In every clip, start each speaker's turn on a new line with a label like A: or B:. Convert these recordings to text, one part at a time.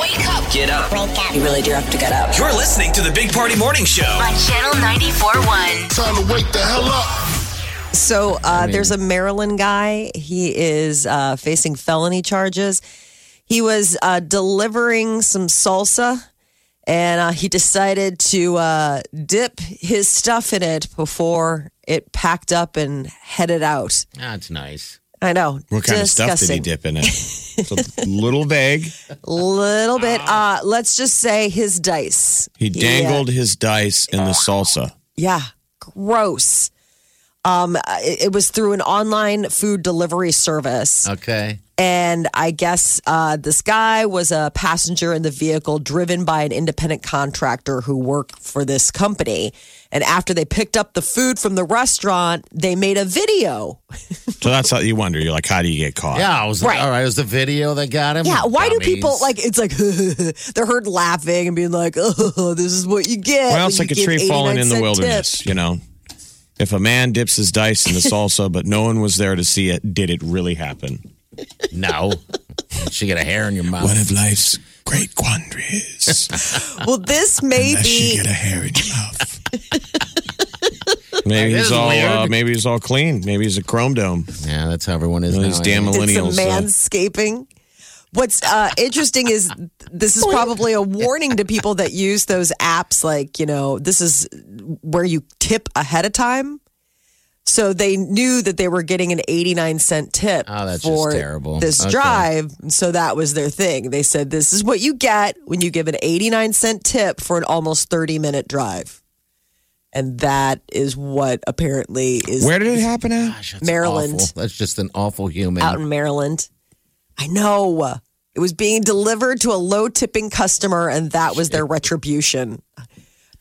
A: Wake up. Get up.
B: Wake up. You really do have to get up.
A: You're listening to the Big Party Morning Show.
C: on Channel 94.1.
D: Time to wake the hell up.
B: So uh, there's a Maryland guy. He is uh, facing felony charges. He was uh, delivering some salsa, and uh, he decided to uh, dip his stuff in it before it packed up and headed out.
E: That's nice.
B: I know.
F: What kind of stuff did he
B: Disgusting.
F: dip in it? It's a little vague.
B: Little bit. Uh, let's just say his dice.
F: He dangled his dice in the salsa.
B: Yeah, gross. Um, it, it was through an online food delivery service.
E: Okay.
B: And I guess uh, this guy was a passenger in the vehicle driven by an independent contractor who worked for this company. And after they picked up the food from the restaurant, they made a video.
F: So that's how you wonder. You're like, how do you get caught?
E: Yeah, it was
B: Right.
E: all right. It was the video that got him.
B: Yeah, why do
E: Dummies.
B: people like it's like they're heard laughing and being like, oh, this is what you get.
F: Well, it's
B: when
F: like a
B: you give
F: tree falling
B: 89
F: in the
B: cent
F: wilderness,
B: tips.
F: you know? If a man dips his dice in the salsa, but no one was there to see it, did it really happen?
E: No, she got a hair in your mouth.
F: One of life's great quandaries.
B: Well, this may
F: Unless you
B: be.
F: get a hair in your mouth. maybe
E: That is
F: he's all
E: weird.
F: uh, maybe he's all clean. Maybe he's a chrome dome.
E: yeah, that's how everyone is.
F: Well, these
E: now,
F: damn
E: yeah.
B: It's
F: millennials.
B: a
F: uh,
B: manscaping. What's uh, interesting is this is probably a warning to people that use those apps. Like you know, this is where you tip ahead of time, so they knew that they were getting an eighty-nine cent tip
E: Oh, that's just
B: for
E: terrible.
B: this
E: Okay.
B: drive. So that was their thing. They said this is what you get when you give an eighty-nine cent tip for an almost thirty-minute drive, and that is what apparently is
F: Where did it happen at?
E: Gosh, that's
B: Maryland.
E: awful. That's just an awful human.
B: out in Maryland. I know. It was being delivered to a low tipping customer, and that was their retribution.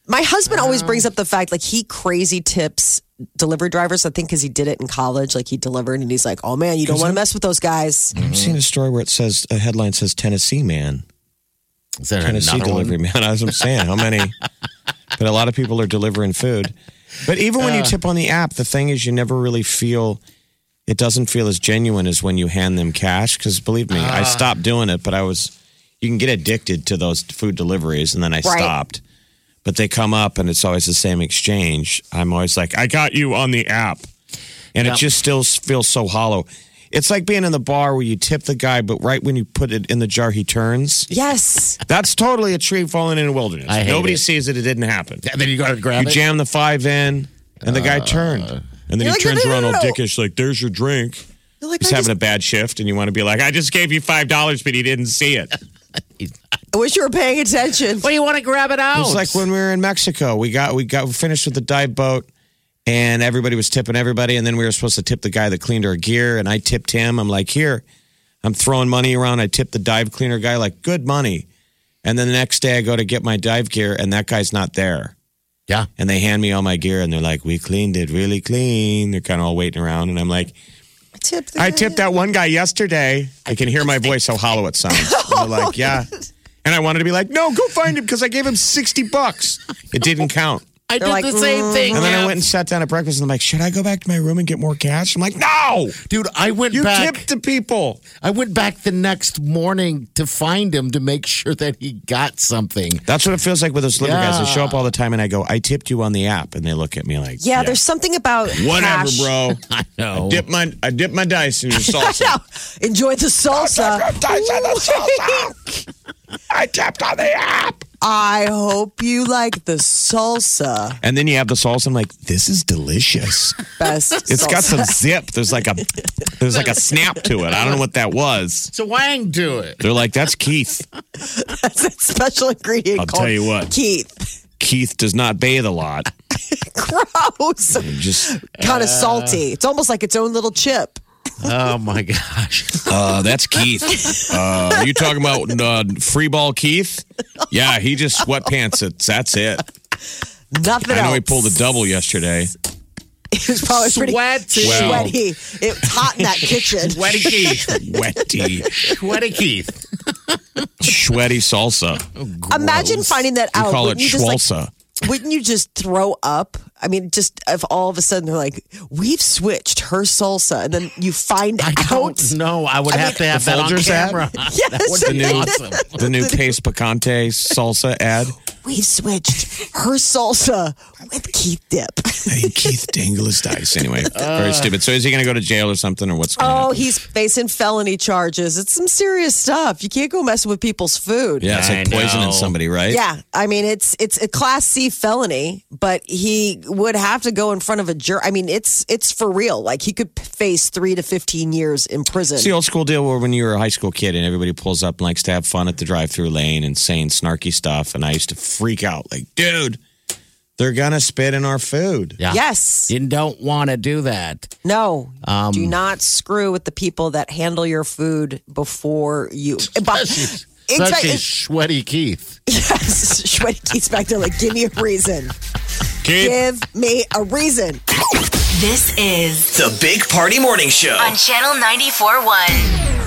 B: My husband always brings up the fact like he crazy tips delivery drivers, I think, because he did it in college. Like he delivered and he's like, oh man, you don't want to mess with those guys.
F: I've seen a story where it says a headline says Tennessee man,
E: Is there
F: Tennessee
E: another one?
F: delivery man. As I'm saying, how many? but a lot of people are delivering food. But even
E: Uh.
F: when you tip on the app, the thing is, you never really feel. It doesn't feel as genuine as when you hand them cash. Because believe me,
E: Uh.
F: I stopped doing it, but I was. You can get addicted to those food deliveries, and then I
B: Right.
F: stopped. But they come up, and it's always the same exchange. I'm always like, I got you on the app. and it just still s- feels so hollow. It's like being in the bar where you tip the guy, but right when you put it in the jar, he turns.
B: Yes.
F: That's totally a tree falling in a wilderness.
E: I hate
F: Nobody
E: it.
F: sees it; it didn't happen.
E: Yeah, then you got to grab
F: You
E: it.
F: jam the five in, and the guy turned, and then he
B: Uh, You're
F: turns
B: like, "No, no,
F: around
B: no,
F: all
B: no."
F: dickish, like, "There's your drink."
B: They're like,
F: He's
B: I,
F: having
B: just-
F: a bad shift, and you want to be like, "I just gave you five dollars, but he didn't see it."
B: I wish you were paying attention.
E: Well, you want to grab it out.
F: It's like when we were in Mexico. We got we got we finished with the dive boat, and everybody was tipping everybody, and then we were supposed to tip the guy that cleaned our gear, and I tipped him. I'm like, here, I'm throwing money around. I tipped the dive cleaner guy like good money, and then the next day I go to get my dive gear, and that guy's not there.
E: yeah,
F: And they hand me all my gear, and they're like, "We cleaned it really clean." They're kind of all waiting around, and I'm like,
B: Tip the
F: "I
B: guy.
F: tipped that one guy yesterday. I can hear my voice how hollow it sounds." And they're like, "Yeah,"
B: Oh
F: and I wanted to be like, "No, go find him because I gave him sixty bucks. It didn't count."
E: I did
B: like,
E: the same thing.
F: And then I
E: Jeff.
F: went and sat down at breakfast and I'm like, should I go back to my room and get more cash? I'm like, no,
E: dude. I went
F: you
E: back.
F: tipped the people.
E: I went back the next morning to find him to make sure that he got something.
F: That's what it feels like with those delivery guys. They
E: Yeah.
F: show up all the time and I go, I tipped you on the app. And they look at me like,
B: yeah, there's something about
F: whatever,
B: cash.
F: bro.
E: I know.
F: dip my, I dip my dice in your salsa.
B: Enjoy the salsa.
F: dice in the salsa. I tipped on the app.
B: I hope you like the salsa
F: And then you have the salsa. I'm like, this is delicious.
B: best.
F: It's got some
B: salsa.
F: zip. There's like a, there's like a snap to it. I don't know what that was.
E: So wang do it.
F: They're like, that's Keith.
B: That's a special ingredient.
F: I'll
B: called
F: tell you what.
B: Keith.
F: Keith does not bathe a lot.
B: Gross.
F: Just Uh,
B: kind of salty. It's almost like its own little chip.
E: Oh my gosh.
F: Uh, that's Keith. Uh, are you talking about uh, free ball Keith? Yeah, he just sweatpants it. That's it.
B: Nothing
F: I
B: else.
F: know he pulled a double yesterday.
B: It was probably pretty
E: Sweaty.
F: Wow.
B: sweaty. It was hot in that kitchen.
E: Sweaty Keith.
F: Sweaty,
E: Sweaty Keith.
F: sweaty salsa.
E: Oh,
B: Imagine finding that
F: We
B: out.
F: call it
B: Wouldn't you just, like,
F: schwalsa.
B: wouldn't you just throw up? I mean, just if all of a sudden they're like, we've switched her salsa, and then you find
E: I
B: out.
E: don't know. I would have to have
F: The
E: that on
F: Folgers ad?
E: camera.
B: Yes.
E: That would be awesome.
F: the new Case Picante salsa ad.
B: We've switched her salsa with Keith Dip.
F: Hey, Keith Dangle is dice. Anyway, very stupid. So is he going to go to jail or something, or what's going on?
B: Oh, he's facing felony charges. It's some serious stuff. You can't go messing with people's food.
F: Yeah, it's
E: I
F: like poisoning
E: know.
F: somebody, right?
B: Yeah, I mean it's it's a class C felony, but he would have to go in front of a jury. I mean, it's it's for real. Like he could face 3 to 15 years in prison.
F: It's the old school deal where when you were a high school kid and everybody pulls up and likes to have fun at the drive through lane and saying snarky stuff. And I used to freak out like, dude, they're going to spit in our food.
E: Yeah. Um,
B: Yes.
E: You don't want to do that.
B: No. do not screw with the people that handle your food before you but,
E: Such
B: Exact-
E: a sweaty Keith.
B: Yes. Shreddy Keith's back there like give me a reason. Give me a reason.
C: This is
A: The Big Party Morning Show.
C: on Channel 94.1.